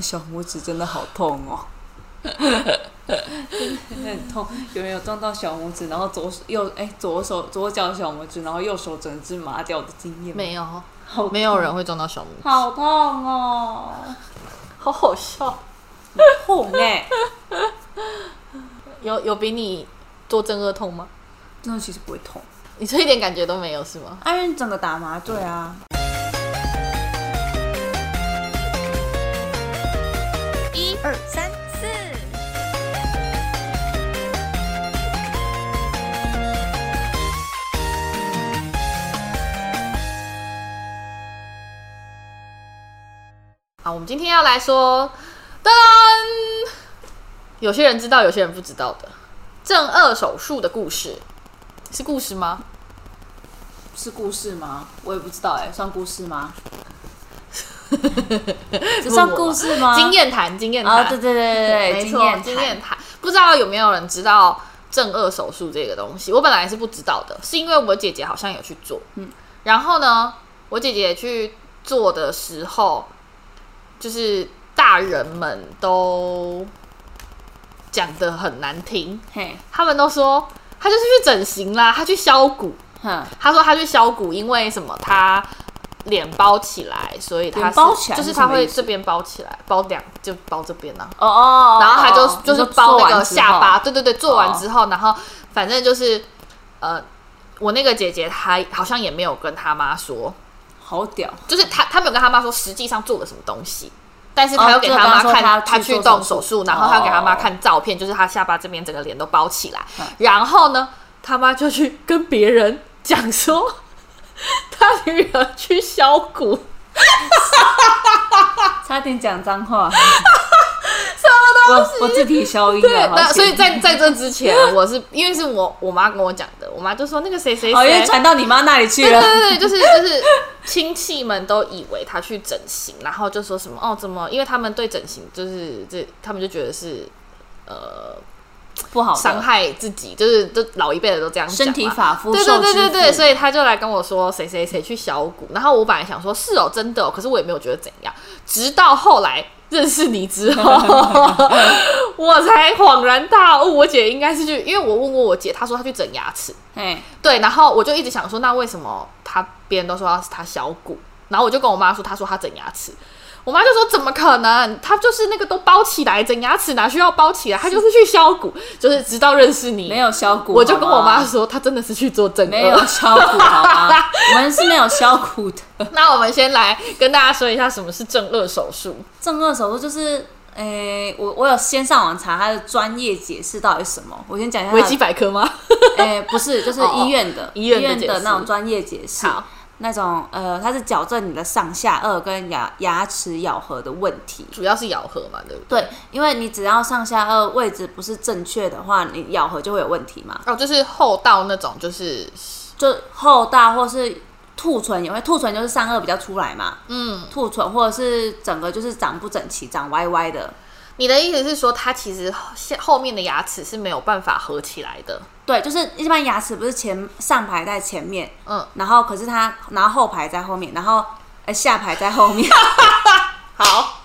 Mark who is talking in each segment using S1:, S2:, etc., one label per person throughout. S1: 小拇指真的好痛哦，真的很痛。有人有撞到小拇指，然后左手右哎、左手左脚小拇指，然后右手整只麻掉的经验吗，
S2: 没有，
S1: 好
S2: 没有人会撞到小拇，
S1: 好痛哦，
S2: 好好笑。
S1: 痛哎、
S2: 有有比你做正颚痛吗？
S1: 真的其实不会痛。
S2: 你这一点感觉都没有是吗？
S1: 安仁整个打麻醉啊，
S3: 一二三四，
S2: 好，我们今天要来说，噔，有些人知道，有些人不知道的正颚手术的故事，是故事吗？
S1: 是故事吗？我也不知道哎、算故事 吗？这算故事吗？
S2: 经验谈，经验
S1: 啊、
S2: 谈，
S1: 对对对对对，
S2: 没
S1: 经
S2: 错
S1: 验，
S2: 经
S1: 谈
S2: 验谈。不知道有没有人知道正颚手术这个东西？我本来是不知道的，是因为我姐姐好像有去做，
S1: 嗯，
S2: 然后呢，我姐姐去做的时候，就是大人们都讲的很难听，
S1: 嘿，
S2: 他们都说她就是去整形啦，她去削骨，
S1: 哼，
S2: 她说她去削骨，因为什么她。脸包起来，所以她
S1: 脸
S2: 是
S1: 包起来
S2: 就是是
S1: 什么
S2: 她会
S1: 意思
S2: 这边包起来，包两就包这边啊，
S1: 哦哦，
S2: 然后他就、
S1: 哦
S2: 就是包那个下，巴，对对对，做完
S1: 哦
S2: 之后，然后反正就是呃，我那个姐姐她好像也没有跟她妈
S1: 你
S2: 说，
S1: 说做完之后好屌，
S2: 就是她她没有跟她妈说实际上做了什么东西。但是她又给她妈
S1: 哦就跟她说
S2: 看，
S1: 她
S2: 她
S1: 去
S2: 去
S1: 做
S2: 动
S1: 手
S2: 手
S1: 术
S2: 术，然后她给她妈
S1: 哦
S2: 看照片，就是她下巴这边整个脸都包起来
S1: 嗯。
S2: 然后呢，她妈就去跟别人讲说，她女儿去削骨，
S1: 差点讲脏话，
S2: 什么东西
S1: 我我自体消音了，
S2: 对，
S1: 好
S2: 那
S1: 险
S2: 所以在在这之前，我是因为是我我妈跟我讲的，我妈就说那个谁谁
S1: 哦，因为
S2: 谁，
S1: 传到你妈那里去
S2: 对
S1: 了
S2: 对，对，对就是就是亲戚们都以为她去整形，然后就说什么哦怎么，因为他们对整形就是这，他们就觉得是呃
S1: 不好的
S2: 伤害自己，就是都老一辈的都这样讲
S1: 身
S2: 嘛
S1: 体发肤
S2: 对
S1: 受
S2: 对
S1: 之
S2: 对对对，所
S1: 以
S2: 以他就来跟我说谁谁谁去小谷，然后我本来想说是哦，真的哦、可是我也没有觉得怎样，直到后来认识你 之后，我才恍然大悟，我姐应该是去，因为我问过我姐，她说她去整牙齿，
S1: 嘿，
S2: 对，然后我就一直想说，那为什么她别人都说她她小骨，然后我就跟我妈说，她说她整牙齿。我妈就说：“怎么可能？她就是那个都包起来，整牙齿哪需要包起来？她就是去削骨，就是直到认识你，
S1: 没有削骨，
S2: 我就跟我妈
S1: 好吗
S2: 说，她真的是去做正
S1: 没有
S2: 颚。
S1: 削骨好 吗？我们是没有削骨的，
S2: 那我们先来跟大家说一下什么是正颚手术。
S1: 正颚手术就是。诶、我我有先上网查它的专业解释到底是什么，我先讲一下它
S2: 维
S1: 的。
S2: 基百科吗？
S1: 诶、不是，就是
S2: 哦哦
S1: 医院的、
S2: 医院的解释
S1: 那种专业解释。
S2: 好，
S1: 那种呃，它是矫正你的上下颚跟牙牙齿咬合的问题。
S2: 主要是咬合嘛，对不对？
S1: 对，因为你只要上下颚位置不是正确的话，你咬合就会有问题嘛，
S2: 哦，就是厚道那种，就是
S1: 就后大或是兔唇也会，兔唇就是上颚比较出来嘛，
S2: 嗯，
S1: 兔唇或者是整个就是长不整齐、长歪歪的。
S2: 你的意思是说，它其实下后面的牙齿是没有办法合起来的。
S1: 对，就是一般牙齿不是前上排在前面，
S2: 嗯，
S1: 然后可是它然后后排在后面，然后呃下排在后面，
S2: 好，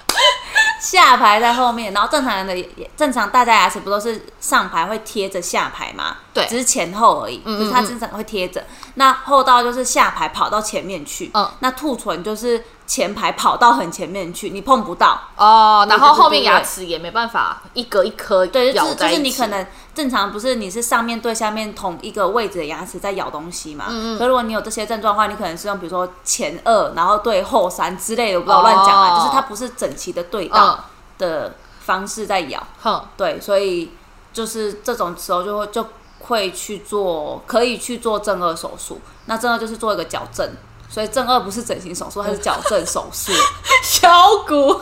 S1: 下排在后面，然后正常人的也正常大家牙齿不都是上排会贴着下排吗？
S2: 对
S1: 只是前后而已，
S2: 嗯嗯
S1: 就是它正常会贴着。那后道就是下排跑到前面去，
S2: 嗯
S1: 那兔唇就是前排跑到很前面去，你碰不到。
S2: 哦，然后
S1: 对对对
S2: 后面
S1: 对
S2: 牙齿也没办法一颗一颗
S1: 对，就
S2: 咬
S1: 是就
S2: 在
S1: 是
S2: 一起。
S1: 你可能正常不是你是上面对下面同一个位置的牙齿在咬东西嘛？
S2: 嗯嗯
S1: 可如果你有这些症状的话，你可能是用比如说前二，然后对后三之类的，我不知道乱讲啊，
S2: 哦
S1: 就是它不是整齐的对
S2: 嗯
S1: 到，的方式在咬。
S2: 哼，
S1: 对，所以就是这种时候就会就会去做，可以去做正颚手术。那正颚就是做一个矫正，所以正颚不是整形手术，它是矫正手术，
S2: 小骨。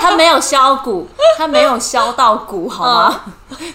S1: 它没有削骨，它没有削到骨，好吗？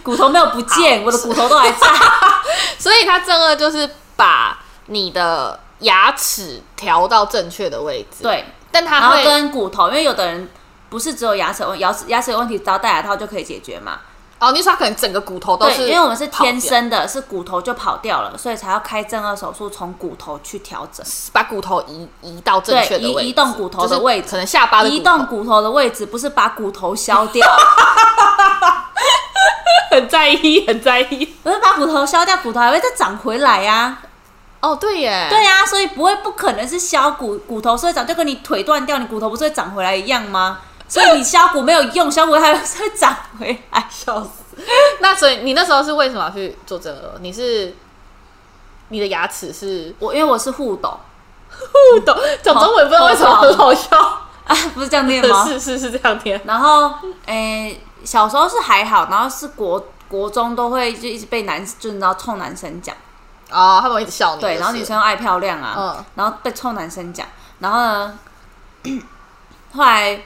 S1: 骨头没有不见，我的骨头都还在。
S2: 所以它正颚就是把你的牙齿调到正确的位置。，
S1: 对，
S2: 但它
S1: 然后
S2: 会
S1: 哦跟骨头，因为有的人不是只有牙齿有问牙齿牙齿有问题，只要戴牙套就可以解决嘛。
S2: 哦，你说他可能整个骨头都
S1: 对，
S2: 是，
S1: 因为我们是天生的，是骨头就跑掉了，所以才要开正颌手术，从骨头去调整，
S2: 把骨头移移到正确的
S1: 对
S2: 位置，
S1: 移移动骨头的位置
S2: 就是可能下巴的
S1: 移
S2: 骨
S1: 动
S2: 头
S1: 骨头的位置，不是把骨头削掉，
S2: 很在意，很在意。
S1: 不是把骨头削掉，骨头还会再长回来啊呀、
S2: 哦，对耶，
S1: 对呀、所以不会不可能是削骨，骨头是会长，就跟你腿断掉，你骨头不是会长回来一样吗？所以你削骨没有用，削骨还是会长回来。
S2: 笑死。那所以你那时候是为什么要去做正颌？你是你的牙齿是
S1: 我因为我是护斗
S2: 不懂，讲中文不知道为什么很好笑，
S1: 啊，不 是这样念吗？
S2: 是是是这样念。
S1: 然后，诶、小时候是还好，然后是国国中都会就一直被男，就是你知道冲男生讲，
S2: 哦，他们会一直笑你，
S1: 对，
S2: 就是
S1: 然后女生又爱漂亮啊，
S2: 嗯
S1: 然后被臭男生讲，然后呢， 后来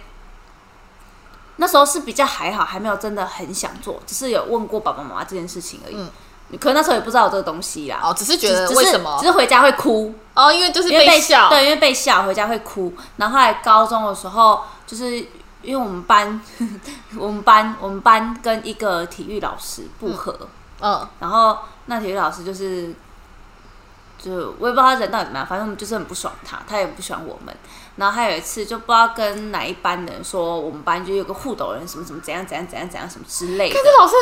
S1: 那时候是比较还好，还没有真的很想做，只是有问过爸爸妈妈这件事情而已。可那时候也不知道有这个东西啦，
S2: 嗯哦，只是
S1: 只
S2: 觉得
S1: 只是
S2: 为什么
S1: 只？是回家会哭，
S2: 哦，因为就是
S1: 因为被
S2: 笑，
S1: 对，因为被笑回家会哭。然后后来高中的时候，就是因为我们班， 我们班我们班跟一个体育老师不合，
S2: 嗯，
S1: 然后那体育老师就是，就我也不知道他人到底怎么样，反正我们就是很不爽他，他也不喜欢我们。然后还有一次就不知道跟哪一班的人说，我们班就有个互斗人，什么什么怎样怎样怎样怎样什么之类的
S2: 但。是老师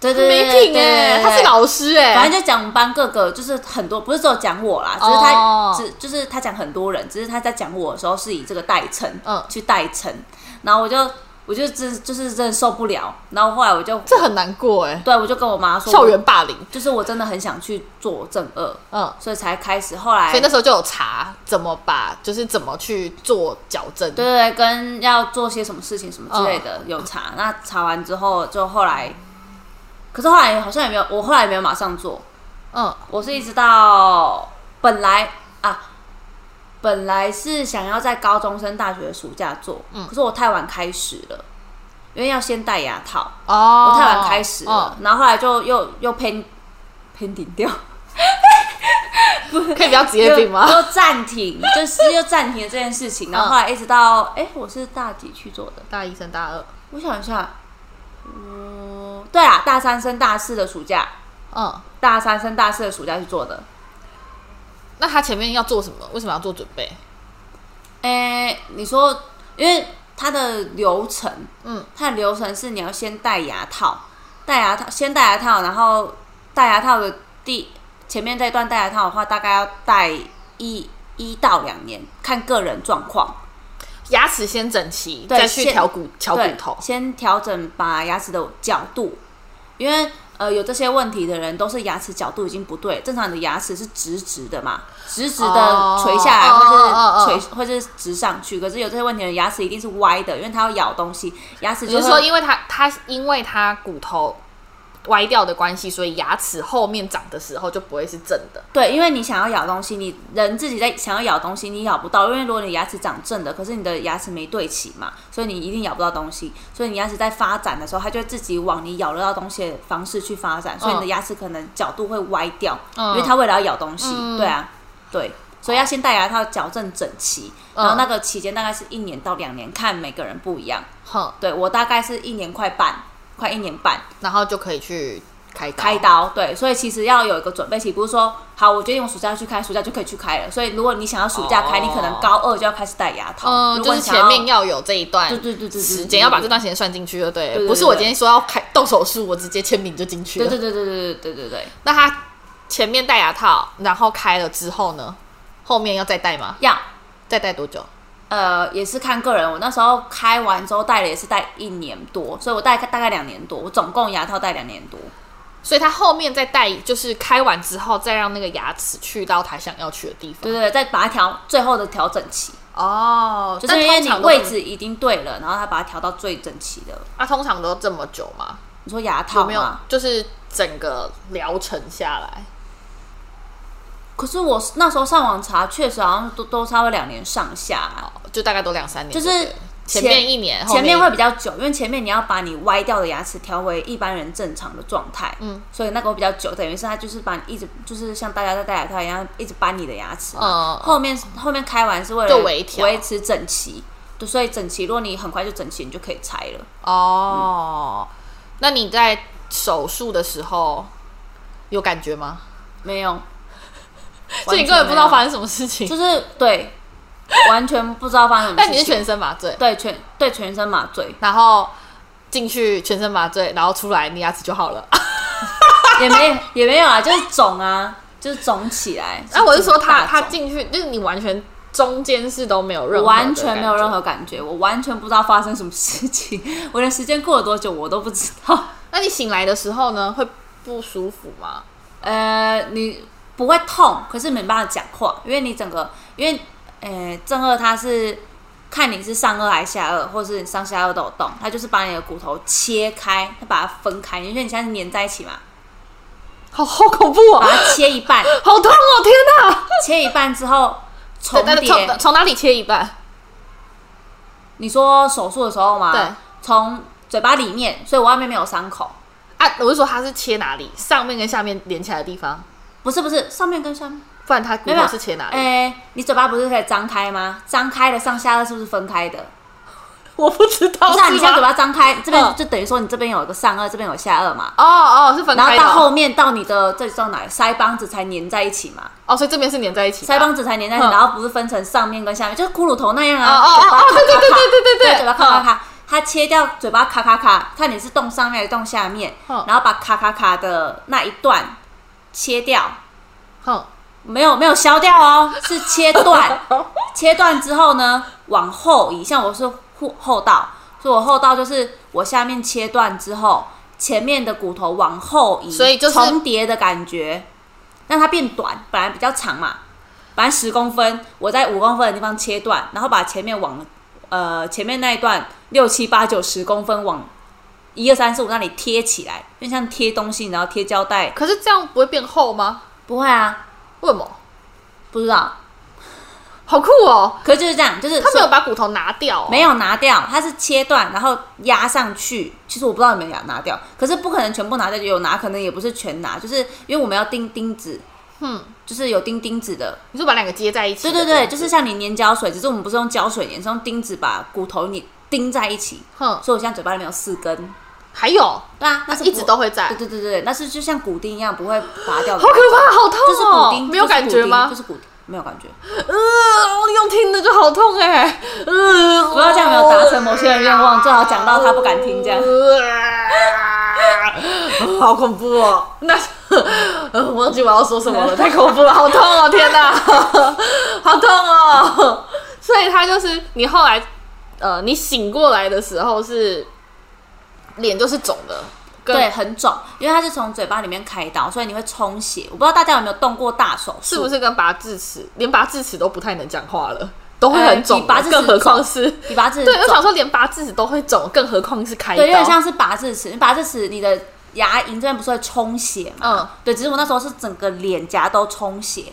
S1: 对对对
S2: 没
S1: 对对
S2: 品
S1: 对
S2: 哎，
S1: 对
S2: 他是老师哎，
S1: 反正就讲我们班各个，就是很多，不是只有讲我啦，只是他、
S2: 哦
S1: 只就是他讲很多人，只是他在讲我的时候是以这个代称，
S2: 嗯
S1: 去代称，然后我就我就真就是真的受不了，然后后来我就
S2: 这很难过哎，
S1: 对我就跟我妈说，
S2: 校园霸凌，
S1: 就是我真的很想去做正二，
S2: 嗯。
S1: 所以才开始后来
S2: 所以那时候就有查怎么把，就是怎么去做矫正。
S1: 对，对对，跟要做些什么事情什么之类
S2: 哦
S1: 的、有查。那查完之后，就后来，可是后来好像也没有，我后来也没有马上做，
S2: 嗯，
S1: 我是一直到本来啊，本来是想要在高中升大学的暑假做，
S2: 嗯
S1: 可是我太晚开始了，因为要先戴牙套，
S2: 哦
S1: 我太晚开始了，
S2: 哦
S1: 然后后来就又又偏偏顶掉，
S2: 可以不要职业病吗？
S1: 又暂停，就是又暂停了这件事情，然后后来一直到哎、我是大几去做的？
S2: 大一升大二，
S1: 我想一下，嗯，对啊，大三升大四的暑假，
S2: 嗯，
S1: 大三升大四的暑假去做的，
S2: 那他前面要做什么？为什么要做准备？
S1: 诶、你说，因为它的流程，
S2: 嗯，
S1: 它的流程是你要先戴牙套，戴牙套，先戴牙套，然后戴牙套的第前面这一段戴牙套的话，大概要戴一一到两年，看个人状况，
S2: 牙齿先整齐，
S1: 对
S2: 再去
S1: 先
S2: 调骨调骨
S1: 对
S2: 头。
S1: 先调整把牙齿的角度，因为。呃，有这些问题的人都是牙齿角度已经不对。正常你的牙齿是直直的嘛，直直的
S2: 哦
S1: 垂下来，
S2: 哦
S1: 或是垂、
S2: 哦哦
S1: 或是直上去。可是有这些问题的人牙齿一定是歪的，因为它要咬东西，牙齿
S2: 只
S1: 就是会
S2: 说，因为他他因为他骨头歪掉的关系，所以牙齿后面长的时候就不会是正的。
S1: 对，因为你想要咬东西，你人自己在想要咬东西，你咬不到，因为如果你牙齿长正的，可是你的牙齿没对齐嘛，所以你一定咬不到东西。所以你牙齿在发展的时候，它就会自己往你咬得到东西的方式去发展，所以你的
S2: 嗯
S1: 牙齿可能角度会歪掉，
S2: 嗯
S1: 因为它为了要咬东西。
S2: 嗯
S1: 对啊，对，所以要先戴牙套矫正整齐，然
S2: 嗯
S1: 后那个期间大概是一年到两年，看每个人不一样。
S2: 哼，
S1: 对我大概是一年快半，快一年半。
S2: 然后就可以去开刀。
S1: 开刀，对，所以其实要有一个准备期，不是说好我决定我暑假去开，暑假就可以去开了。所以如果你想要暑假开，
S2: 哦
S1: 你可能高二就要开始戴牙套，
S2: 嗯，
S1: 如
S2: 就
S1: 果
S2: 是
S1: 你想
S2: 前面要有这一段
S1: 对对对对对
S2: 时
S1: 对
S2: 间，要把这段时间算进去，就对
S1: 对
S2: 了。
S1: 对
S2: 不是我
S1: 对
S2: 今天说要开动手术，我直接签名就进去
S1: 对对
S2: 了。
S1: 对对对对对对对，
S2: 那他前面戴牙套，然后开了之后呢？后面要再戴吗？
S1: 要
S2: 再戴多久？
S1: 呃也是看个人，我那时候开完之后戴了也是戴一年多，所以我戴大概两年多，我总共牙套戴两年多，
S2: 所以他后面再戴，就是开完之后再让那个牙齿去到他想要去的地方。
S1: 对对对，再把它调最后的调整期，
S2: 哦，
S1: 就是
S2: 但
S1: 因为
S2: 通
S1: 你
S2: 常都
S1: 位置已经对了，然后他把它调到最整齐的。
S2: 啊，通常都这么久吗？
S1: 你说牙套
S2: 有
S1: 吗？
S2: 没有就是整个疗程下来？
S1: 可是我那时候上网查，确实好像都都差不多两年上下、
S2: 就大概都两三年，
S1: 就是
S2: 对了前面一年，后
S1: 前面
S2: 一
S1: 会
S2: 年
S1: 比较久，因为前面你要把你歪掉的牙齿调回一般人正常的状态，
S2: 嗯，
S1: 所以那个会比较久，等于是它就是把你一直就是像大家在戴牙套一样，一直搬你的牙齿嘛。
S2: 嗯，
S1: 后面后面开完是为了
S2: 就微调
S1: 维持整齐，对，所以整齐，如果你很快就整齐，你就可以拆了。
S2: 哦，那你在手术的时候有感觉吗？
S1: 没 有，
S2: 所以你根本不知道发生什么事情。
S1: 就是对，完全不知道发生什么
S2: 但
S1: 事
S2: 你是
S1: 情。
S2: 全身麻醉，
S1: 对全对全身麻醉，
S2: 然后进去全身麻醉，然后出来你牙齿就好了。
S1: 啊也没也没有啊，就是肿啊，就是肿起 来。
S2: 那啊我是说他
S1: 大
S2: 他
S1: 肿
S2: 进去就是你完全中间是都没有任何的
S1: 完全没有任
S2: 感
S1: 何感觉，我完全不知道发生什么事情， 我连时间过了多久我都不知道。
S2: 觉。那你醒来的时候呢，会不舒服吗？
S1: 呃，你不会痛，可是没办法讲话，因为你整个，因为呃，正颚它是看你是上颚还是下颚，或是你上下颚都有动，它就是把你的骨头切开，它把它分开，因为你现在是粘在一起嘛，
S2: 好好恐怖哦
S1: 把，它切一半，
S2: 好痛哦！天哪！
S1: 切一半之后重
S2: 对对
S1: 叠
S2: 从。从哪里切一半？
S1: 你说手术的时候嘛，
S2: 对，
S1: 从嘴巴里面，所以我外面没有伤口，
S2: 啊，我是说它是切哪里？上面跟下面连起来的地方，
S1: 不是不是，上面跟下面，
S2: 不然它骨
S1: 没有
S2: 头是切哪里？
S1: 哎、你嘴巴不是可以张开吗？张开的上下颚是不是分开的？
S2: 我不知道
S1: 不是啊，你现在嘴
S2: 哦吗
S1: 巴张开，这
S2: 嗯
S1: 边就等于说你这边有一个上颚，这边有下颚嘛。
S2: 哦哦，是分
S1: 然后
S2: 开的
S1: 到
S2: 哦。
S1: 后面到你的这里到哪里腮帮子才粘在一起嘛，
S2: 哦，所以这边是连在一起的。
S1: 腮帮子才粘在一起，
S2: 嗯
S1: 然后不是分成上面跟下面，就是骷髅头那样
S2: 哦
S1: 啊。
S2: 哦
S1: 嘴
S2: 哦
S1: 巴
S2: 哦，
S1: 咔
S2: 对对
S1: 咔
S2: 对
S1: 咔
S2: 对对对嗯
S1: 嘴巴咔咔咔，它切掉嘴巴咔咔咔，看你是动上面还是动下面，
S2: 嗯
S1: 然后把咔咔咔的那一段切掉，
S2: 哼，
S1: 没有没有削掉哦， 是切 断。切断之后呢，往后移，像我是后后道，所以我后道就是我下面切断之后，前面的骨头往后移，
S2: 所以就是
S1: 重叠的感觉，让它变短，本来比较长嘛，本来十公分，我在五公分的地方切断，然后把前面往呃前面那一段六七八九十公分往一二三四五那里贴起来，就像贴东西，然后贴胶带，
S2: 可是这样不会变厚吗？
S1: 不会啊，
S2: 为什么？
S1: 不知道，
S2: 好酷哦！
S1: 可是就是这样，就是
S2: 他
S1: 所
S2: 没
S1: 以
S2: 有把骨头拿掉哦、
S1: 没有拿掉，它是切断，然后压上去。其实我不知道有没有拿拿掉，可是不可能全部拿掉，有拿可能也不是全拿，就是因为我们要钉钉子，
S2: 嗯，
S1: 就是有钉钉子的。
S2: 你说把两个接在一起
S1: 对
S2: 的
S1: 对
S2: 这样子？
S1: 对，就是像你粘胶水，只是我们不是用胶水粘，是用钉子把骨头你钉在一起。
S2: 哼，
S1: 所以我现在嘴巴里面有四根，
S2: 还有，
S1: 对啊，那
S2: 它
S1: 是
S2: 嗯一直
S1: 不
S2: 都会在，
S1: 对
S2: 好
S1: 对对对，那是就像骨钉一样不会拔掉的，
S2: 可怕，好痛
S1: 这是
S2: 哦
S1: 骨！钉，
S2: 没有
S1: 这是
S2: 感
S1: 骨
S2: 觉
S1: 钉
S2: 吗
S1: 这？是骨钉，没有感觉。
S2: 呃，用听的就好痛哎、呃，
S1: 不要这样没有达成某些人愿望最好讲到他不敢听这样
S2: 呃好恐怖哦！那呃我忘记我要说什 么了，太恐怖了，好痛哦！天哪， 好痛哦！所以他就是你后来，呃，你醒过来的时候是脸就是肿的，跟
S1: 对，，很肿，因为它是从嘴巴里面开刀，所以你会充血。我不知道大家有没有动过大手术，
S2: 是不是跟拔智齿，连拔智齿都不太能讲话了，都会
S1: 呃
S2: 很
S1: 比
S2: 肿了，
S1: 拔智齿
S2: 更何况是
S1: 你拔智齿
S2: 对，我
S1: 肿
S2: 想说连拔智齿都会肿，更何况是开刀，
S1: 对，有点像是拔智齿，拔智齿你的牙龈这边不是会充血嘛？
S2: 嗯
S1: 对，只是我那时候是整个脸颊都充血，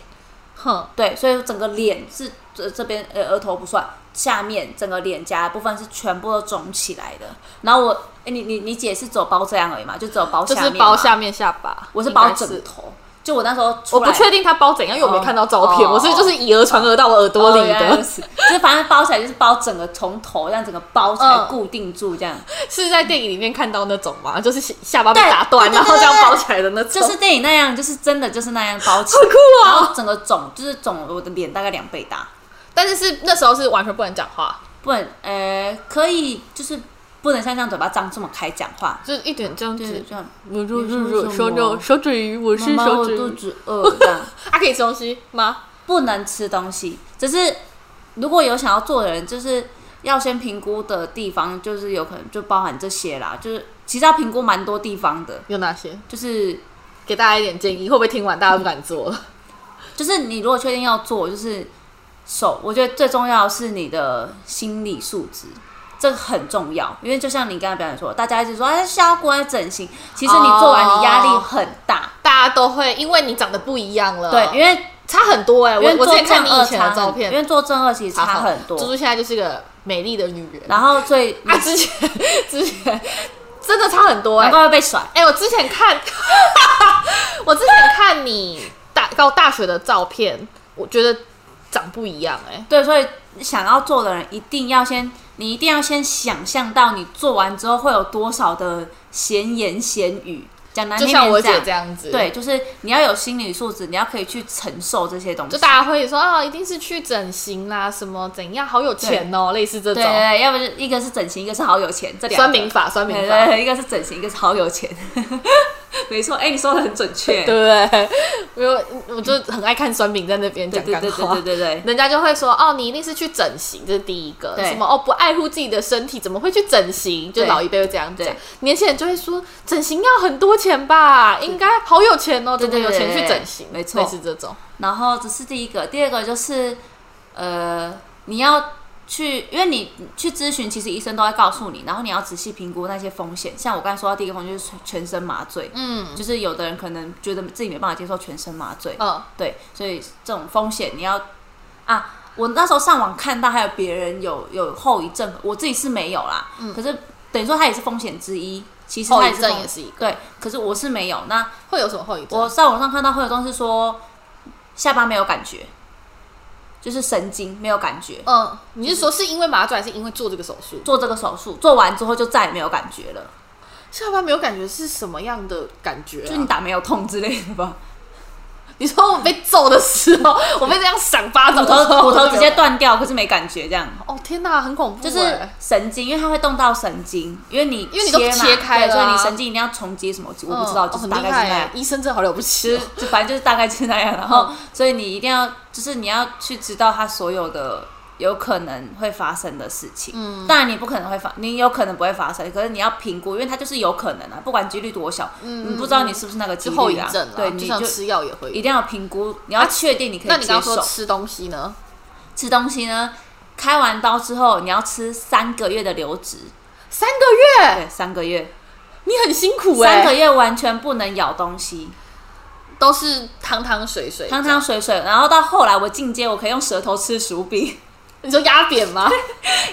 S2: 哼，
S1: 对，所以整个脸是这这边呃额头不算，下面整个脸颊的部分是全部都肿起来的。然后我，哎，你你你姐是只有包这样而已嘛？就只有包
S2: 就
S1: 下面
S2: 是
S1: 嘛，
S2: 包下面下巴，
S1: 我是包
S2: 应该
S1: 整头。就我那时候出
S2: 我
S1: 来，
S2: 不确定他包怎样，因为我没看到照片，
S1: 哦
S2: 我是就是以讹传讹到我耳朵里
S1: 哦原来如
S2: 的，
S1: 此就是反正包起来就是包整个从头，让整个包起来
S2: 嗯
S1: 固定住这样。
S2: 是在电影里面看到那种吗？就是下巴被
S1: 对
S2: 打断，
S1: 对对
S2: 然后这
S1: 对
S2: 样
S1: 对
S2: 包起来的那种，
S1: 就是电影那样，就是真的就是那样包起
S2: 好
S1: 来，
S2: 酷
S1: 然
S2: 哦！
S1: 后整个肿就是肿，我的脸大概两倍大。
S2: 但是是那时候是完全不能讲话，
S1: 不能，呃，可以就是不能像这样嘴巴张这么开讲话，
S2: 就是一点这样
S1: 就是
S2: 子。
S1: 这样。
S2: 我就
S1: 你说
S2: 是
S1: 什
S2: 手
S1: 么
S2: 指手指鱼，我是
S1: 妈妈，
S2: 手
S1: 我
S2: 指
S1: 肚
S2: 鱼。
S1: 子饿，这样
S2: 他可以吃东西吗？
S1: 不能吃东西。只是如果有想要做的人，就是要先评估的地方，就是有可能就包含这些啦。就是其实要评估蛮多地方的，
S2: 有哪些？
S1: 就是
S2: 给大家一点建议，会不会听完大家不敢做了？
S1: 就是你如果确定要做，就是手，我觉得最重要的是你的心理素质，这个很重要。因为就像你刚才表演说，大家一直说哎削骨啊整形，其实你做完你压力很大，
S2: 大家都会因为你长得不一样了，
S1: 对，因为
S2: 差很多哎、
S1: 因
S2: 我
S1: 为
S2: 我之
S1: 做
S2: 前看
S1: 正
S2: 你以
S1: 二
S2: 前
S1: 差
S2: 的照
S1: 很，因
S2: 片，
S1: 为做正二其实差很
S2: 猪
S1: 多，
S2: 猪现在就是个美丽的女人。
S1: 然后所以
S2: 啊，之前之前真的差很多哎、
S1: 难怪会被甩。
S2: 哎、我之前看，我之前看你大高大学的照片，我觉得长不一样哎、
S1: 对，所以想要做的人，一定要先，你一定要先想象到你做完之后会有多少的闲言闲语，讲难
S2: 就
S1: 听
S2: 像我
S1: 点
S2: 姐
S1: 讲
S2: 这，样子，
S1: 对，就是你要有心理素质，你要可以去承受这些东西
S2: 就。大家会说啊，一定是去整形啦，什么怎样，好有钱哦，类似这
S1: 对
S2: 种
S1: 对对，要不就一个是整形，一个是好有钱，这两个
S2: 酸民法，酸民
S1: 对对
S2: 法，
S1: 对，一个是整形，一个是好有钱。 没错，哎、你说的很准确。
S2: 对不对？没有，我就很爱看酸民在那边
S1: 对
S2: 讲
S1: 对
S2: 干
S1: 对
S2: 话
S1: 对对。对对
S2: 人家就会说哦，你一定是去整形，这是第一个。
S1: 对
S2: 什么哦，不爱护自己的身体，怎么会去整形？就
S1: 对
S2: 老一辈会这样讲
S1: 对。
S2: 年轻人就会说，整形要很多钱吧？应该好有钱哦，
S1: 对
S2: 怎
S1: 对
S2: 么有
S1: 对
S2: 钱
S1: 对
S2: 去
S1: 对
S2: 整形？
S1: 没错
S2: 是这种。
S1: 然后这是第一个，第二个就是，呃，你要去，因为你去咨询，其实医生都会告诉你，然后你要仔细评估那些风险。像我刚才说到第一个风险就是全全身麻醉，
S2: 嗯
S1: 就是有的人可能觉得自己没办法接受全身麻醉，
S2: 嗯，
S1: 对，所以这种风险你要啊，我那时候上网看到还有别人有有后遗症，我自己是没有啦，可是等于说它也是风险之一，其实
S2: 嗯后
S1: 它
S2: 遗
S1: 也是
S2: 症
S1: 风
S2: 也是一个，
S1: 对，可是我是没有那。
S2: 会有什么后遗症？
S1: 我上网上看到会有东西说下巴没有感觉，就是神经没有感觉。
S2: 嗯，你是说是因为麻醉，还是因为做这个手术？
S1: 做这个手术做完之后就再也没有感觉了，
S2: 下巴没有感觉是什么样的感觉、啊
S1: 就你打没有痛之类的吧，
S2: 你说我被揍的时候， 我被这样赏巴
S1: 骨
S2: 掌的
S1: 头
S2: 时候，
S1: 骨头
S2: 我就
S1: 直
S2: 没有
S1: 接断掉，可是没感觉这样。
S2: 哦天哪，很恐怖、欸，
S1: 就是神经，因为它会动到神经，因为你
S2: 因为你都
S1: 切嘛
S2: 切开
S1: 对
S2: 了
S1: 所
S2: 啊
S1: 以你神经一定要重接什么，我不知道，
S2: 嗯
S1: 就是
S2: 哦
S1: 大概
S2: 很厉
S1: 是那
S2: 害
S1: 样
S2: 欸。医生真的好了不起
S1: 就
S2: 哦、
S1: 就反正就是大概就是那样。然后，所以你一定要，就是你要去知道它所有的有可能会发生的事情。嗯，当然你不可能会发，你有可能不会发生，可是你要评估，因为它就是有可能啊，不管几率多小，你不知道你是不是那个几
S2: 就嗯后遗
S1: 率啊。
S2: 症啦
S1: 对，
S2: 就
S1: 你
S2: 像
S1: 就
S2: 吃药也会
S1: 一
S2: 有。
S1: 定要评估，你要确定你可
S2: 那
S1: 以
S2: 你
S1: 接
S2: 刚刚
S1: 受
S2: 说。吃东西呢？
S1: 吃东西呢，开完刀之后你要吃三个月的流质，
S2: 三个月，
S1: 对，三个月，
S2: 你很辛苦哎、
S1: 三个月完全不能咬东西。
S2: 都是汤汤水水，
S1: 汤汤。水水，然后到后来我进阶，我可以用舌头吃薯饼，
S2: 你说压扁吗？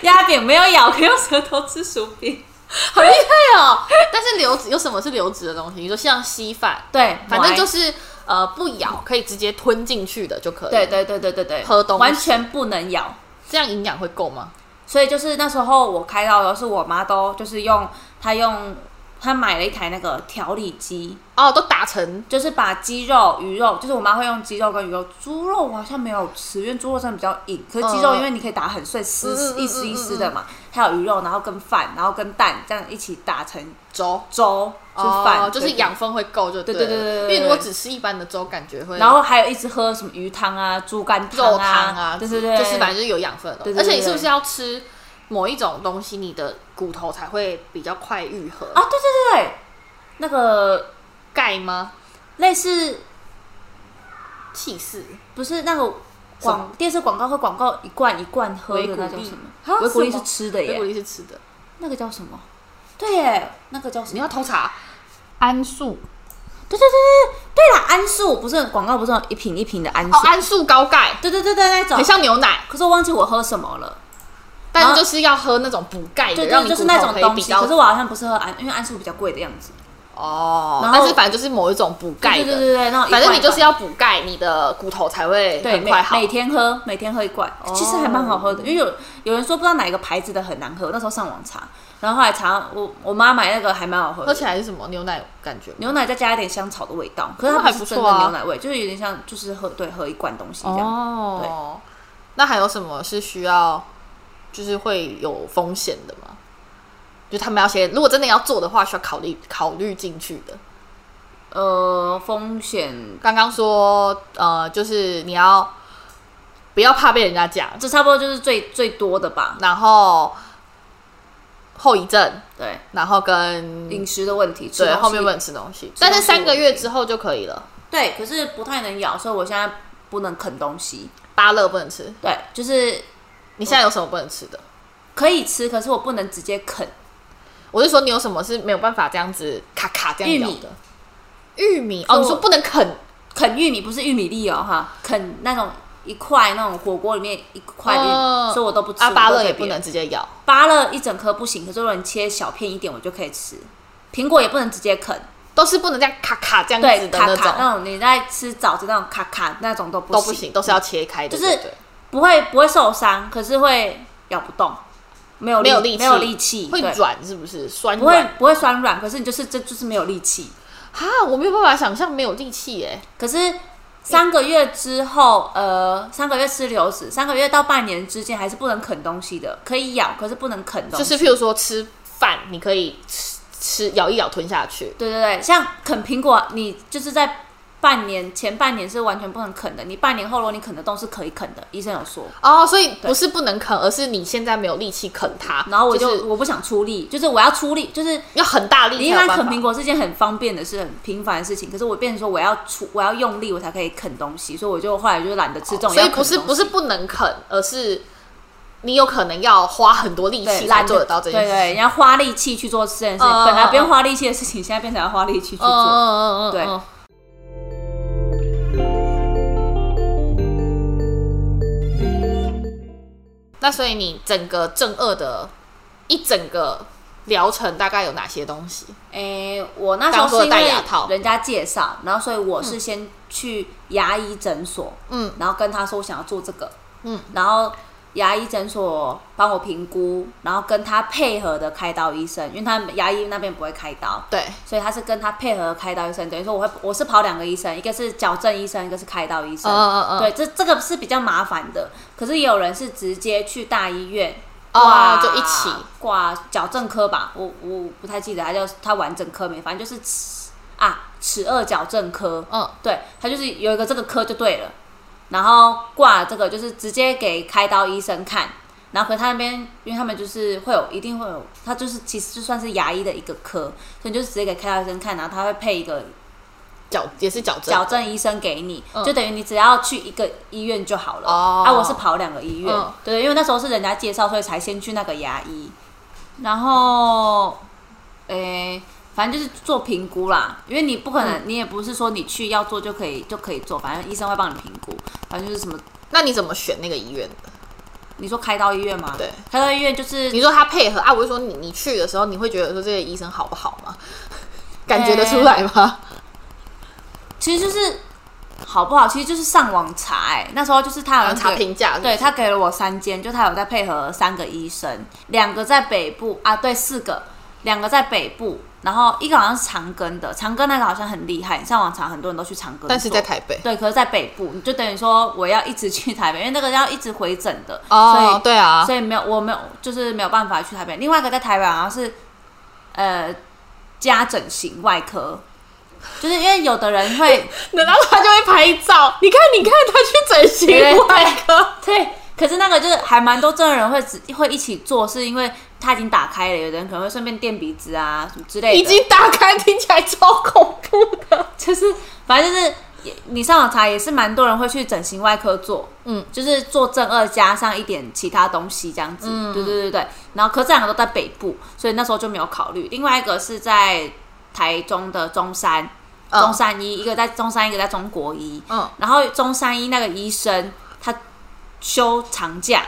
S1: 鸭饼没有咬，可以用舌头吃薯饼。
S2: 好厉害哦！但是流有什么是流质的东西？你说像稀饭，
S1: 对，
S2: 反正就是是呃不咬，可以直接吞进去的就可以。
S1: 对，对对对对对，
S2: 喝东西
S1: 完全不能咬。
S2: 这样营养会够吗？
S1: 所以就是那时候我开刀的时候，是我妈都就是用她用她买了一台那个调理机，
S2: 哦，都打成
S1: 就是把鸡肉、鱼肉，就是我妈会用鸡肉跟鱼肉，猪肉我好像没有吃，因为猪肉真的比较硬。可是鸡肉
S2: 嗯
S1: 因为你可以打很碎，丝
S2: 嗯嗯嗯
S1: 一丝一丝的嘛，还有鱼肉，然后跟饭，然后跟蛋这样一起打成
S2: 粥，
S1: 粥，就是饭、
S2: 哦，就是
S1: 对
S2: 养分会够就
S1: 对
S2: 对
S1: 对对对
S2: 了
S1: 对对
S2: 因为如果只吃一般的粥，感觉会
S1: 然后还有一直喝什么鱼汤啊、猪肝汤啊、
S2: 肉汤啊，
S1: 对对对，
S2: 就是反正就是有养分的东
S1: 对
S2: 西。
S1: 对对
S2: 而且你是不是要吃某一种东西，你的骨头才会比较快愈合？
S1: 啊，对对对对，那个
S2: 钙吗？
S1: 类似
S2: 气势
S1: 不是那个
S2: 什么
S1: 广电视广告和广告一罐一罐喝的那叫什么？
S2: 维骨
S1: 维骨力
S2: 力啊什
S1: 是
S2: 么
S1: 吃的
S2: 维骨
S1: 耶，
S2: 力是吃的，
S1: 那个叫什么？对耶，那个叫什
S2: 你
S1: 么？
S2: 要偷查桉树
S1: 对对对对对对啦，桉树不是广告不是有一瓶一瓶的桉
S2: 哦，
S1: 树？
S2: 桉树高钙，
S1: 对对对对，那种
S2: 很。像牛奶，
S1: 可是我忘记我喝什么了，
S2: 但是就是要喝那种补钙的，
S1: 嗯对
S2: 让
S1: 对，
S2: 你
S1: 就
S2: 骨
S1: 是那
S2: 头
S1: 种
S2: 可以
S1: 东
S2: 比
S1: 西。
S2: 较
S1: 可是我好像不是喝桉，因为桉树比较贵的样子。
S2: 哦，
S1: 然后
S2: 但是反正就是某一种补钙
S1: 对对
S2: 的，
S1: 对对，那种一
S2: 反正
S1: 罐
S2: 你
S1: 一
S2: 就
S1: 罐
S2: 是要补钙，你的骨头才会
S1: 对，
S2: 很
S1: 每
S2: 快好
S1: 每。天喝，每天喝一罐，其实还蛮好喝的。因为有有人说不知道哪一个牌子的很难喝，那时候上网查，然后后来查我我妈买那个还蛮好喝的，
S2: 喝起来是什么牛奶感觉吗？
S1: 牛奶再加一点香草的味道，可是
S2: 那
S1: 它
S2: 还
S1: 不
S2: 不
S1: 是
S2: 错
S1: 真的
S2: 啊
S1: 牛奶味，就是有点像就是喝对喝一罐东西这样。
S2: 哦，那还有什么是需要，就是会有风险的吗？就他们要先，如果真的要做的话，需要考虑考虑进去的。
S1: 呃，风险
S2: 刚刚说，呃，就是你要不要怕被人家讲，
S1: 这差不多就是最最多的吧？
S2: 然后后遗症，
S1: 对，
S2: 然后跟
S1: 饮食的问题，吃
S2: 对
S1: 东西
S2: 后面不能吃东西，
S1: 东西
S2: 但是三个月之后就可以了，
S1: 对，可是不太能咬，所以我现在不能啃东西。
S2: 芭乐不能吃。
S1: 对，就是
S2: 你现在有什么不能吃的？
S1: 可以吃，可是我不能直接啃。
S2: 我是说你有什么是没有办法这样子咔咔这样咬的？玉米哦，
S1: 就
S2: 你说不能啃
S1: 啃玉米不是玉米粒哦，哈，啃那种一块那种火锅里面一块的玉米，
S2: 嗯
S1: 所以我都不吃。
S2: 阿巴
S1: 我
S2: 乐
S1: 都
S2: 也
S1: 给别
S2: 不能
S1: 人，
S2: 直接咬，
S1: 芭乐一整颗不行，可是如果你切小片一点，我就可以吃。苹果也不能直接啃，
S2: 都是不能这样咔咔这样子
S1: 对，
S2: 的
S1: 卡
S2: 那
S1: 卡
S2: 种，
S1: 那种你在吃枣子那种卡卡那种都不
S2: 都不行，都是要切开的，
S1: 就是
S2: 对不对
S1: 不会不会受伤，可是会咬不动，没有
S2: 没有力气
S1: 没有力气，
S2: 会
S1: 对
S2: 软是不是？酸
S1: 不会
S2: 软
S1: 不会酸软，可是你就是这就是没有力气。
S2: 哈，我没有办法想象没有力气耶。
S1: 可是三个月之后，呃，三个月吃流食，三个月到半年之间还是不能啃东西的，可以咬，可是不能啃东
S2: 就
S1: 西。
S2: 是譬如说吃饭，你可以吃吃咬一咬吞下去，
S1: 对对对，像啃苹果，你就是在半年前半年是完全不能啃的，你半年后如果你啃得动是可以啃的，医生有说。
S2: 哦，所以不是不能啃，而是你现在没有力气啃它。
S1: 然后我就、
S2: 是
S1: 我不想出力，就是我要出力，就是
S2: 要很大力
S1: 你一
S2: 才
S1: 般
S2: 有办
S1: 啃
S2: 法
S1: 苹。果是件很方便的事，很平凡的事情。可是我变成说我要出，我要用力，我才可以啃东西，所以我就后来就懒得吃这种。
S2: 所以
S1: 要啃
S2: 不是
S1: 东西
S2: 不是不能啃，而是你有可能要花很多力
S1: 对
S2: 气才做得到这件
S1: 对
S2: 事
S1: 对，
S2: 情。
S1: 你要花力气去做这件事情，
S2: 嗯
S1: 本来不用
S2: 嗯
S1: 花力气的事情，现在变成要花力气去做。
S2: 嗯嗯嗯嗯，
S1: 对
S2: 嗯那所以你整个正二的一整个疗程大概有哪些东西？
S1: 诶、我那时候
S2: 当做
S1: 是因
S2: 戴
S1: 为
S2: 牙套
S1: 人家介绍，然后所以我是先去牙医诊所，
S2: 嗯
S1: 然后跟他说我想要做这个，
S2: 嗯，
S1: 然后牙医诊所帮我评估，然后跟他配合的开刀医生，因为他们牙医那边不会开刀，
S2: 对，
S1: 所以他是跟他配合开刀医生，等于说我会我是跑两个医生，一个是矫正医生，一个是开刀医生。
S2: 嗯嗯嗯
S1: 对，这这个是比较麻烦的。可是也有人是直接去大医院
S2: 哦
S1: 挂、
S2: 就一起
S1: 挂矫正科吧，我我不太记得他叫他完整科没，反正就是齿啊齿颚矫正科，
S2: 嗯，
S1: 对，他就是有一个这个科就对了。然后挂了这个就是直接给开刀医生看，然后可是他那边，因为他们就是会有一定会有，他就是其实就算是牙医的一个科，所以你就直接给开刀医生看，然后他会配一个
S2: 矫也是矫正，
S1: 矫正医生给你，
S2: 嗯
S1: 就等于你只要去一个医院就好了。
S2: 哦
S1: 啊，我是跑两个医院，
S2: 嗯
S1: 对，因为那时候是人家介绍，所以才先去那个牙医，然后，诶、反正就是做评估啦，因为你不可
S2: 嗯
S1: 能，你也不是说你去要做就可以就可以做，反正医生会帮你评估，反正就是什么，
S2: 那你怎么选那个医院的？
S1: 你说开刀医院吗？
S2: 对，
S1: 开刀医院就是
S2: 你说他配合啊，我就说你你去的时候，你会觉得说这个医生好不好吗？ 感觉得出来吗？
S1: 其实就是好不好，其实就是上网查、欸。那时候就是他好像
S2: 查
S1: 给
S2: 评价是不
S1: 对
S2: 是
S1: 他给了我三间，就他有在配合三个医生，两个在北部啊，对，四个，两个在北部，然后一个好像是长庚的，长庚那个好像很厉害，你上网查很多人都去长庚，
S2: 但是在。台北
S1: 对，可是在北部，你就等于说我要一直去台北，因为那个要一直回诊的，所
S2: 哦
S1: 以，
S2: 对啊，
S1: 所以没有，我没有，就是没有办法去台北。另外一个在台北好像是，呃，家整形外科，就是因为有的人会，
S2: 难道他就会拍照？你看，你看，他去整形外科，
S1: 对，可是那个就是还蛮多真的人会只会一起做，是因为他已经打开了，有的人可能会顺便垫鼻子啊什么之类的，
S2: 已经打开，听起来超恐怖的。
S1: 就是反正就是也你上网查也是蛮多人会去整形外科做，
S2: 嗯，
S1: 就是做正二加上一点其他东西这样子，嗯，对对对对。然后可是这两个都在北部，所以那时候就没有考虑。另外一个是在台中的中山，
S2: 嗯
S1: 中山医，一个在中山，一个在中国医，
S2: 嗯，
S1: 然后中山医那个医生他休长假。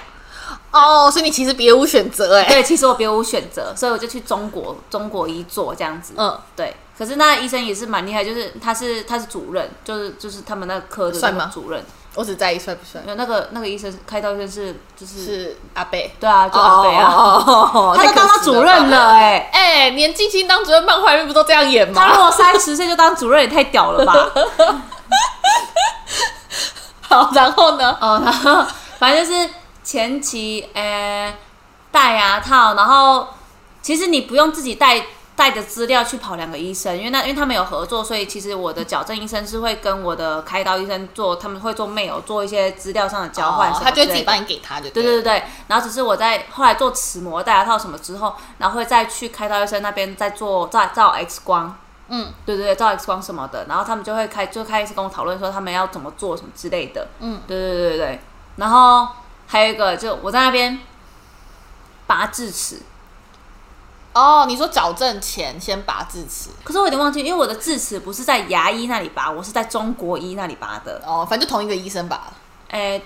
S2: 哦，所以你其实别无选择哎。
S1: 对，其实我别无选择，所以我就去中国中国医做这样子。
S2: 嗯，
S1: 对。可是那医生也是蛮厉害，就是他是他是主任，就是就是他们那个科的那
S2: 帅
S1: 个
S2: 吗
S1: 主任，
S2: 我只在意帅不帅，
S1: 没有那个那个医生开刀医生是就是
S2: 是阿贝。
S1: 对啊，就阿贝啊，
S2: 哦哦哦哦
S1: 他都当到主任了哎、
S2: 哎、年纪轻当主任，漫画里面不都这样演
S1: 他
S2: 吗？
S1: 如果三十岁就当主任也太屌 了吧？
S2: 好，然后呢？
S1: 哦，然后反正就是前期呃戴牙套，然后其实你不用自己带带着资料去跑两个医生，因为那因为他们有合作，所以其实我的矫正医生是会跟我的开刀医生做，他们会做 mail 做一些资料上的交换、
S2: 哦
S1: 什么
S2: 他就
S1: 之
S2: 会自
S1: 类的
S2: 己帮你给他就
S1: 对
S2: 对
S1: 对
S2: 了
S1: 对对，然后只是我在后来做齿模、戴牙套什么之后，然后会再去开刀医生那边再做照照 X 光，
S2: 嗯，
S1: 对对对，照 X 光什么的，然后他们就会开就开始跟我讨论说他们要怎么做什么之类的，
S2: 嗯，
S1: 对对对对对，然后还有一个就我在那边拔智齿，
S2: 哦，你说矫正前先拔智齿，
S1: 可是我有点忘记，因为我的智齿不是在牙医那里拔，我是在中国医那里拔的，
S2: 哦，反正就同一个医生吧，
S1: 哎，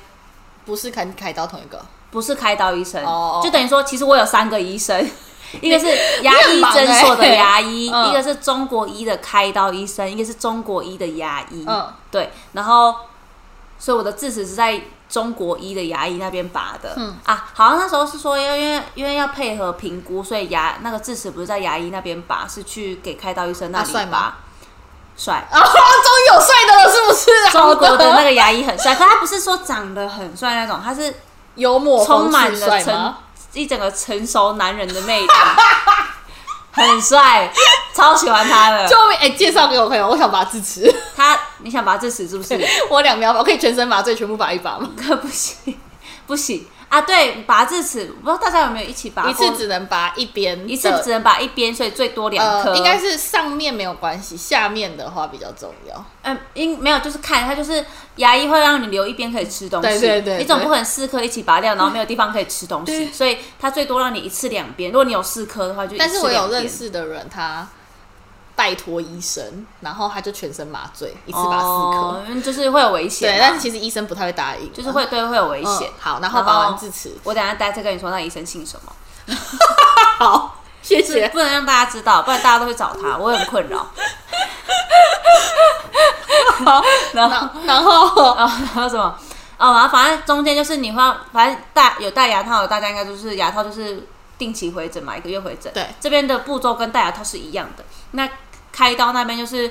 S2: 不是开开刀同一个。
S1: 不是开刀医生，
S2: 哦哦
S1: 就等于说，其实我有三个医生， 一个是牙
S2: 你
S1: 医
S2: 很忙
S1: 诊所的
S2: 欸
S1: 牙医，
S2: 嗯
S1: 一个是中国医的开刀医生，一个是中国医的牙医，
S2: 嗯
S1: 对，然后所以我的智齿是在中国医的牙医那边拔的。
S2: 嗯
S1: 啊，好像那时候是说，因为因为因为要配合评估，所以牙那个智齿不是在牙医那边拔，是去给开刀医生那
S2: 啊
S1: 里
S2: 帅吗
S1: 拔。帅、
S2: 啊，终于有帅的了，是不是啊？
S1: 中国 的那个牙医很帅，可他不是说长得很帅那种，他是
S2: 幽默风
S1: 充
S2: 趣
S1: 满了
S2: 帅
S1: 成
S2: 吗？
S1: 一整个成熟男人的魅力， 很帅，超喜欢他的。
S2: 救命！哎、介绍给我朋友，我想拔智齿，
S1: 他，你想拔智齿是不是？
S2: 我两秒，我可以全身麻醉，全部拔一拔吗？
S1: 可不行，不行啊！对，拔智齿，不知道大家有没有一起拔过？
S2: 一次只能拔一边，
S1: 一次只能拔一边，所以最多两颗、
S2: 呃，应该，是上面没有关系，下面的话比较重要。
S1: 嗯，应没有，就是看它就是牙医会让你留一边可以吃东西，
S2: 对对对
S1: 你总
S2: 对
S1: 不可能四颗一起拔掉，然后没有地方可以吃东西，
S2: 对
S1: 所以它最多让你一次两边。如果你有四颗的话，就一次
S2: 但是我有
S1: 两边
S2: 认。识的人，他拜托医生，然后他就全身麻醉，一次拔四颗。
S1: 哦，因为就是会有危险
S2: 对，
S1: 嘛，
S2: 但是其实医生不太会答应啊，
S1: 就是会对会有危
S2: 嗯
S1: 险。
S2: 好，然后拔完智齿，
S1: 我等一下待再跟你说那医生姓什么，
S2: 好，谢
S1: 是
S2: 谢。
S1: 不能让大家知道，不然大家都会找他，我很困扰。
S2: 好，然 后然后
S1: 哦，还有什么？哦，然后反正中间就是你会要，反正戴有戴牙套的，大家应该就是牙套就是定期回诊嘛，一个月回诊。
S2: 对
S1: 这边的步骤跟戴牙套是一样的。那开刀那边就是，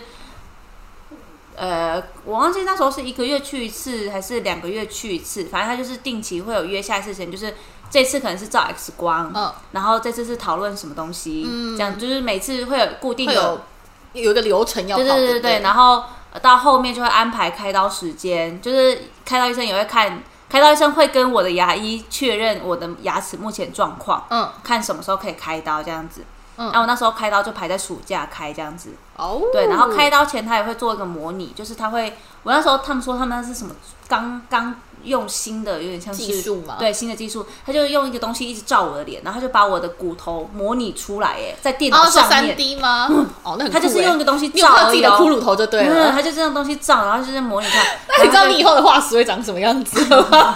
S1: 呃，我忘记那时候是一个月去一次还是两个月去一次，反正他就是定期会有约下一次时间，就是这次可能是照 X 光，
S2: 嗯，
S1: 然后这次是讨论什么东西，这样就是每次会有固定
S2: 会
S1: 的
S2: 有有一个流程要跑，
S1: 对对
S2: 对
S1: 对
S2: 不
S1: 对，然后呃到后面就会安排开刀时间，就是开刀医生也会看，开刀医生会跟我的牙医确认我的牙齿目前状况，
S2: 嗯
S1: 看什么时候可以开刀这样子。
S2: 嗯
S1: 那、我那时候开刀就排在暑假开这样子，
S2: 哦，
S1: 对，然后开刀前他也会做一个模拟，就是他会，我那时候他们说他们那是什么刚刚用新的，有点像是
S2: 技术嘛
S1: 嗯对，新的技术，他就用一个东西一直照我的脸，然后他就把我的骨头模拟出来，哎，在电脑
S2: 哦，说
S1: 上面，嗯
S2: 三 D 吗？哦，那很酷欸
S1: 他就是用一个东西
S2: 你有
S1: 照
S2: 看到
S1: 而
S2: 自己
S1: 已
S2: 的
S1: 哦
S2: 骷髅头就对
S1: 嗯，
S2: 了。
S1: 他就这种东西照，然后就是模拟它。
S2: 那你知 道你以
S1: 后
S2: 后的化石会长什么样子 了吗？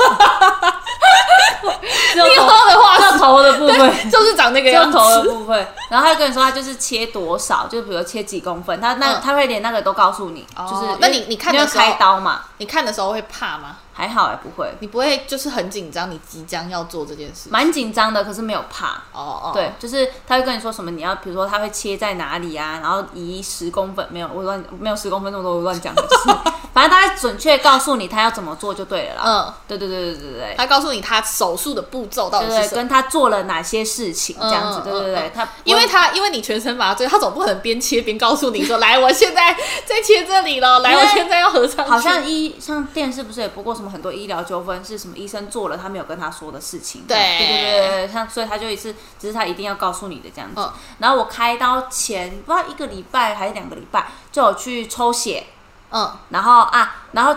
S1: 只有
S2: 你以
S1: 头
S2: 后的化
S1: 只有
S2: 石
S1: 头的部分，
S2: 就是长那 个
S1: 只有
S2: 样子。
S1: 头的部分，然后他就跟你说他就是切多少，就比如切几公分，他那
S2: 嗯
S1: 他会连那个都告诉你，
S2: 哦
S1: 就是因为
S2: 那你你看的
S1: 因为
S2: 时候
S1: 开刀嘛，
S2: 你看的时候会怕吗？
S1: 还好欸也不会，
S2: 你不会就是很紧张，你即将要做这件事？
S1: 蛮紧张的，可是没有怕。
S2: 哦哦，
S1: 对，就是他会跟你说什么，你要比如说他会切在哪里啊，然后移十公分，没有我乱没有十公分那么多，我乱讲的， 就是反正大概准确告诉你他要怎么做就对了啦。
S2: 嗯，
S1: 对对对对对对。
S2: 他告诉你他手术的步骤到底
S1: 对
S2: 是
S1: 对，
S2: 什么。
S1: 跟他做了哪些事情这样子，
S2: 嗯
S1: 对对
S2: 嗯
S1: 对
S2: 嗯，
S1: 他不
S2: 因为他因为你全身麻醉，他总不能边切边告 诉你说：“来，我现在在切这里了，来，
S1: 因为
S2: 我现在要合上去。”
S1: 好像医像电视不是也播过什么很多医疗纠纷是什么医生做了他没有跟他说的事情，
S2: 对
S1: 对对对对，像所以他就一次，只是他一定要告诉你的这样子。
S2: 嗯
S1: 然后我开刀前不知道一个礼拜还是两个礼拜就有去抽血，
S2: 嗯
S1: 然后啊，然后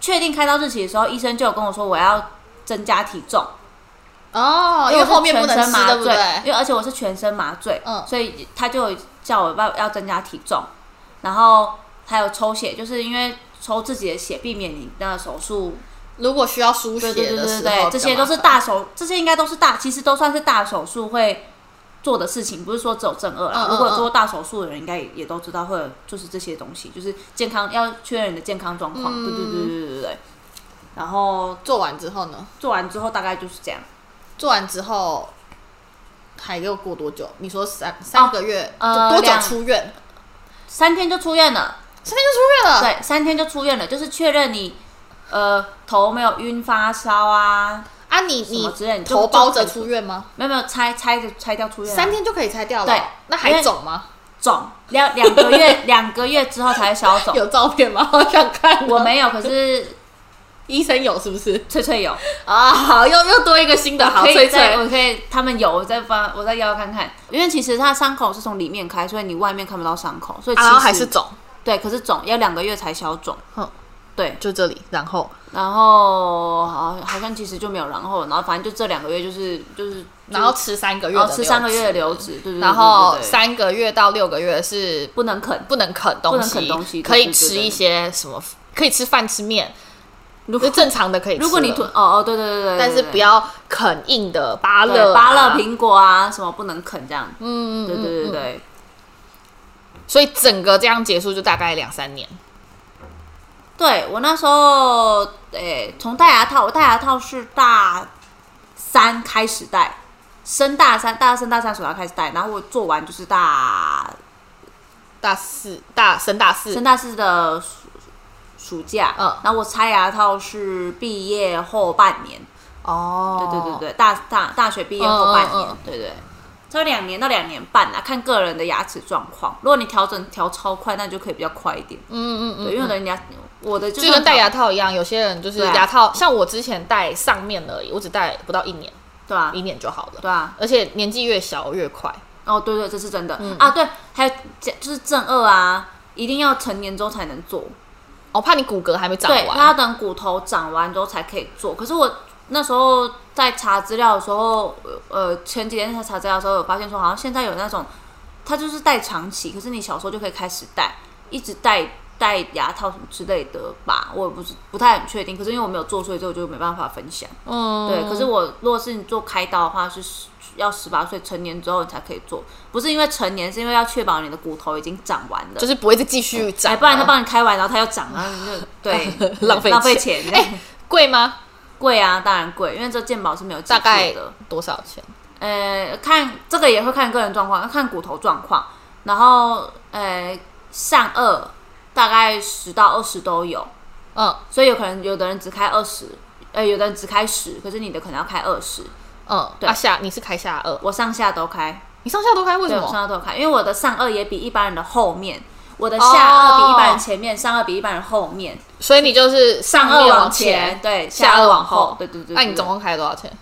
S1: 确定开刀日期的时候，医生就有跟我说我要增加体重，
S2: 哦，因为
S1: 我是
S2: 后面不能
S1: 全身
S2: 吃，
S1: 麻
S2: 对
S1: 醉，
S2: 不对？
S1: 因为而且我是全身麻醉，
S2: 嗯
S1: 所以他就叫我要要增加体重，然后还有抽血，就是因为抽自己的血，避免你那个手术，
S2: 如果需要输血
S1: 对对对
S2: 的时
S1: 对
S2: 候，
S1: 对，这些都是
S2: 比较麻烦
S1: 大手，这些应该都是大，其实都算是大手术会。做的事情不是说只有正二啦，
S2: 嗯嗯
S1: 如果做大手术的人应该也也都知道会有就是这些东西，就是健康要确认你的健康状况，对对对对对对对。然后
S2: 做完之后呢？
S1: 做完之后大概就是这样，
S2: 做完之后还要过多久？你说三三个月，
S1: 呃
S2: 多久
S1: 两
S2: 出院？
S1: 三天就出院了。
S2: 三天就出院了。
S1: 对，三天就出院了，就是确认你呃头没有晕发烧啊，
S2: 啊你，
S1: 什么之类
S2: 你
S1: 你就
S2: 头包着
S1: 就
S2: 出院吗？
S1: 没有没有拆拆着拆掉出院啊、
S2: 三天就可以拆掉了。
S1: 对
S2: 那
S1: 因
S2: 还
S1: 为
S2: 肿吗？
S1: 肿两两个月 两个月之后才会消肿，
S2: 有照片吗？好想看哦。
S1: 我没有，可是
S2: 医生有是不是？
S1: 翠翠有，
S2: 啊，好，又又多一个新的好
S1: 可以
S2: 翠
S1: 再
S2: 翠。
S1: 我可以他们有，我再帮我再要看看，因为其实它伤口是从里面开，所以你外面看不到伤口，所以其
S2: 啊
S1: 实、
S2: 然后还是肿，
S1: 对，可是肿要两个月才消肿，
S2: 嗯，
S1: 对，
S2: 就这里。然后
S1: 然后好好像其实就没有然后，然后反正就这两个月就是就是
S2: 然后哦吃三个月
S1: 然
S2: 的
S1: 后
S2: 流
S1: 吃
S2: 质，
S1: 三个月的流质，对对对对
S2: 然后
S1: 对对
S2: 三个月到六个月是
S1: 不能啃，
S2: 不能啃东西，
S1: 不能啃东西
S2: 可以
S1: 对对对
S2: 吃
S1: 对
S2: 一些什么？可以吃饭吃面，如果正常的可以吃了。
S1: 如果你吞，哦哦，对对对对，
S2: 但是不要啃硬的芭乐、
S1: 对芭乐、。苹果啊什么不能啃这样。嗯，对对对对，
S2: 所以整个这样结束就大概两三年。
S1: 对我那时候，诶、从戴牙套，我戴牙套是大三开始戴，升大三，大二升大三暑假开始戴，然后我做完就是大
S2: 大四大升大四
S1: 升，大四的暑暑假，
S2: 嗯
S1: 然后我拆牙套是毕业后半年，
S2: 哦，
S1: 对对对对，大大大学毕业后半年，
S2: 嗯嗯嗯
S1: 对对，差不多两年到两年半啦，看个人的牙齿状况。如果你调整调超快，那就可以比较快一点，
S2: 嗯嗯嗯，
S1: 对，因为有的人牙我的就
S2: 就
S1: 算
S2: 跟戴牙套一样，有些人就是
S1: 对啊
S2: 牙套，像我之前戴上面而已，我只戴不到一年，
S1: 对啊
S2: 一年就好了。
S1: 对啊，
S2: 而且年纪越小越快，
S1: 哦，对对，这是真的、
S2: 嗯
S1: 啊。对，还有就是正二啊，一定要成年之后才能做，
S2: 我、怕你骨骼还没长
S1: 对，他
S2: 完。
S1: 要等骨头长完之后才可以做。可是我那时候在查资料的时候，呃，前几天在查资料的时候，有发现说，好像现在有那种，他就是戴长期，可是你小时候就可以开始戴，一直戴戴牙套什么之类的吧，我也不是不太很确定。可是因为我没有做，所以这我就没办法分享。
S2: 嗯，
S1: 对，可是我如果是你做开刀的话，是十要十八岁成年之后你才可以做，不是因为成年，是因为要确保你的骨头已经长完了，
S2: 就是不会再继续长啊
S1: 哎，
S2: 了，
S1: 不然他帮你开完，然后它又长，然后你就对
S2: 浪费
S1: 浪费
S2: 钱
S1: 钱， 哎、
S2: 贵吗？
S1: 贵啊，当然贵，因为这健保是没有给付
S2: 大概
S1: 的。
S2: 多少钱？
S1: 呃，看这个也会看个人状况，要看骨头状况，然后呃上颚大概十到二十都有，
S2: 嗯
S1: 所以有可能有的人只开二十，呃，有的人只开十，可是你的可能要开二十，
S2: 嗯，
S1: 对
S2: 啊下你是开下颚，
S1: 我上下都开。
S2: 你上下都开，为什
S1: 对，我
S2: 么？
S1: 上颚都有看，因为我的上颚也比一般人的后面，我的下颚比一般人前面，上颚比一般人后面，
S2: 所以你就是哦上
S1: 上颚
S2: 面
S1: 往
S2: 前
S1: 前，，对，
S2: 下
S1: 下
S2: 颚
S1: 颚
S2: 往
S1: 往
S2: 后
S1: 后，对对对。
S2: 那
S1: 对
S2: 你总共开了多少钱？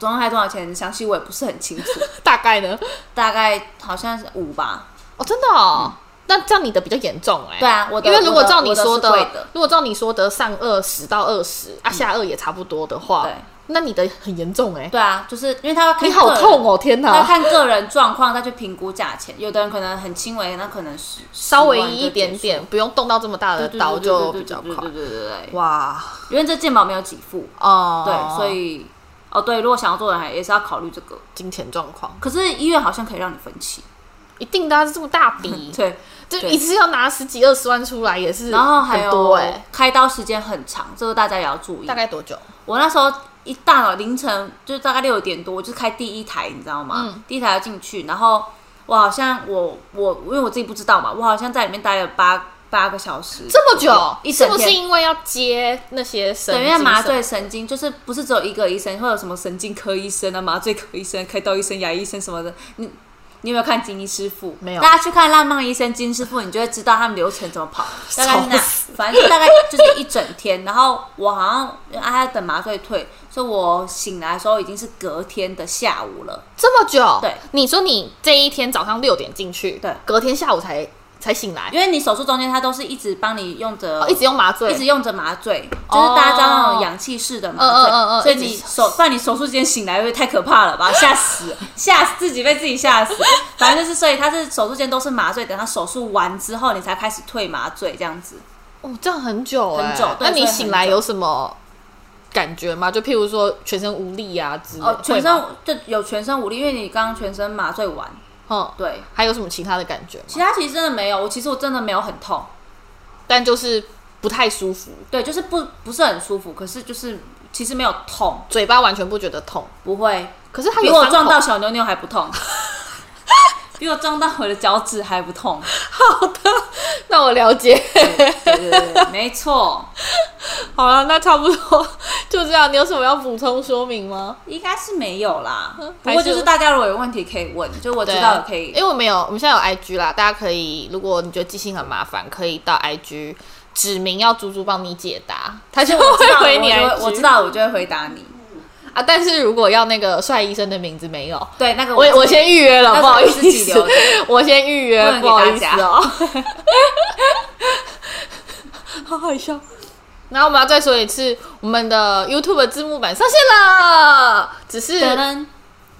S1: 总共开多少钱？详细我也不是很清楚，
S2: 大概呢？
S1: 大概好像是五吧。
S2: 哦，真的哦，那这样你的比较严重哎。
S1: 对啊，我的
S2: 因为如果
S1: 我的
S2: 照你说
S1: 我的是贵的，
S2: 如果照你说的上颚十到二十啊，下颚也差不多的
S1: 嗯
S2: 话，
S1: 对
S2: 那你的很严重哎、
S1: 对啊，就是因为他要看
S2: 你好
S1: 个人
S2: 痛哦，天
S1: 他要
S2: 哪！
S1: 看个人状况再去评估价钱。有的人可能很轻微，那可能是
S2: 稍微一点点，不用动到这么大的刀就比较快
S1: 对。对对对对，
S2: 哇
S1: 因为这健保没有给付，
S2: 哦，
S1: 对，所以哦对，如果想要做的人也是要考虑这个。
S2: 金钱状况
S1: 可是医院好像可以让你分期，，
S2: 一定的、啊，这么大 笔
S1: 对，
S2: 就
S1: 对
S2: 一次要拿十几二十万出来也是，
S1: 然后还
S2: 很多
S1: 有
S2: 哎、
S1: 开刀时间很长，这个大家也要注意。
S2: 大概多久？
S1: 我那时候一大早凌晨就大概六点多，我就开第一台，你知道吗？第一台要进去，然后我好像我我因为我自己不知道嘛，我好像在里面待了八八个小时，
S2: 这么久，
S1: 一
S2: 是
S1: 整
S2: 不是
S1: 天。
S2: 因为要接那些神
S1: 等
S2: 经
S1: 于麻
S2: 什么
S1: 醉神经，就是不是只有一个医生，会有什么神经科医生啊、麻醉科医生、开刀医生、牙医生什么的。你你有没有看《金医师傅》？
S2: 没有
S1: 大家去看《浪漫医生金师傅》，你就会知道他们流程怎么 跑。大概是那
S2: 笑
S1: 样，反正就大概就是一整天。然后我好像因为啊还要等麻醉退，所以我醒来的时候已经是隔天的下午了。
S2: 这么久？
S1: 对，
S2: 你说你这一天早上六点进去，
S1: 对
S2: 隔天下午才才醒来，
S1: 因为你手术中间，他都是一直帮你用着、
S2: 哦一直用麻醉，
S1: 一直用着麻醉，
S2: 哦
S1: 就是大家知道那种氧气式的麻醉，
S2: 嗯嗯嗯嗯
S1: 所以你
S2: 一直
S1: 手，不然你手术间醒来会不会太可怕了吧，吓死， 吓死自己被自己吓死。反正就是，所以他是手术间都是麻醉，等他手术完之后，你才开始退麻醉这样子。
S2: 哦，这样很久欸
S1: 很久对
S2: 那你
S1: 所以很
S2: 醒来
S1: 久
S2: 有什么感觉吗？就譬如说全身无力啊之类，
S1: 哦，全
S2: 会
S1: 身
S2: 吗
S1: 就有全身无力，因为你刚刚全身麻醉完，
S2: 嗯，
S1: 对，
S2: 还有什么其他的感觉吗？
S1: 其他其实真的没有，我其实我真的没有很痛，
S2: 但就是不太舒服，
S1: 对，就是不不是很舒服，可是就是其实没有痛，
S2: 嘴巴完全不觉得痛，
S1: 不会，
S2: 可是它
S1: 比
S2: 有
S1: 我
S2: 伤
S1: 撞
S2: 口
S1: 到小妞妞还不 痛，比我撞到我的脚趾还不痛。
S2: 那我了解。
S1: 对对对对，没错，
S2: 好了，那差不多 就这样。你有什么要补充说明吗？
S1: 应该是没有 啦。不
S2: 还
S1: 过
S2: 是
S1: 就是大家如果有问题可以问，就我知道也可以
S2: 啊因。为我们有，我们现在有 IG 啦，大家可以，如果你觉得记性很麻烦，可以到 IG 指明要猪猪帮你解答，他就
S1: 我知
S2: 会
S1: 道
S2: 回
S1: 我
S2: 你
S1: 就会
S2: IG。
S1: 我知道，我就会回答你。
S2: 啊，但是如果要那个帅医生的名字 没有，
S1: 对，那个
S2: 我我先预约了，
S1: 那
S2: 不好意
S1: 是自己
S2: 思
S1: 留的，
S2: 我先预
S1: 不
S2: 约，
S1: 能
S2: 不
S1: 给
S2: 好
S1: 大
S2: 意思
S1: 家
S2: 哦， 好好笑。然后我们要再说一次，我们的 YouTube 字幕版上线了，只是
S1: 可能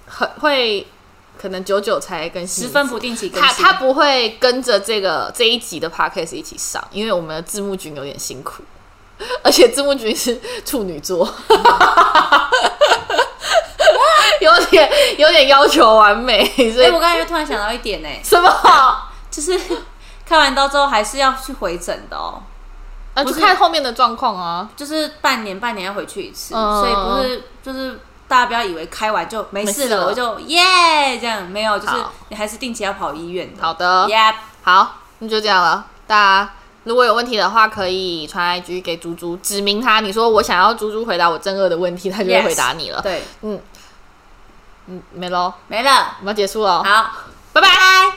S2: 很会，可能久久才更新一
S1: 十
S2: 次，
S1: 分不定期更
S2: 他
S1: 新。
S2: 他不会跟着这个这一集的 podcast 一起上，因为我们的字幕君有点辛苦， 而且字幕君是处女座， 有点有点要求 完美，所
S1: 哎、
S2: 以、
S1: 我刚才又突然想到一点呢、哎
S2: 什么？
S1: 就是开完刀之后还是要去回诊的哦。
S2: 啊，
S1: 不
S2: 就是看后面的状况啊。
S1: 就是半年半年要回去一次，
S2: 嗯
S1: 所以不是就是大家不要以为开完就没事
S2: 没事
S1: 了，
S2: 了
S1: 我就耶这样，没有，就是
S2: 好
S1: 你还是定期要跑医院的。
S2: 好的
S1: y e p
S2: 好，那就这样了。大家如果有问题的话，可以传 IG 给猪猪，指明他，你说我想要猪猪回答我正二的问题，他就会
S1: Yes
S2: 回答你了。
S1: 对，
S2: 嗯嗯，没喽，
S1: 没了，
S2: 我们要结束了，
S1: 好，
S2: 拜拜。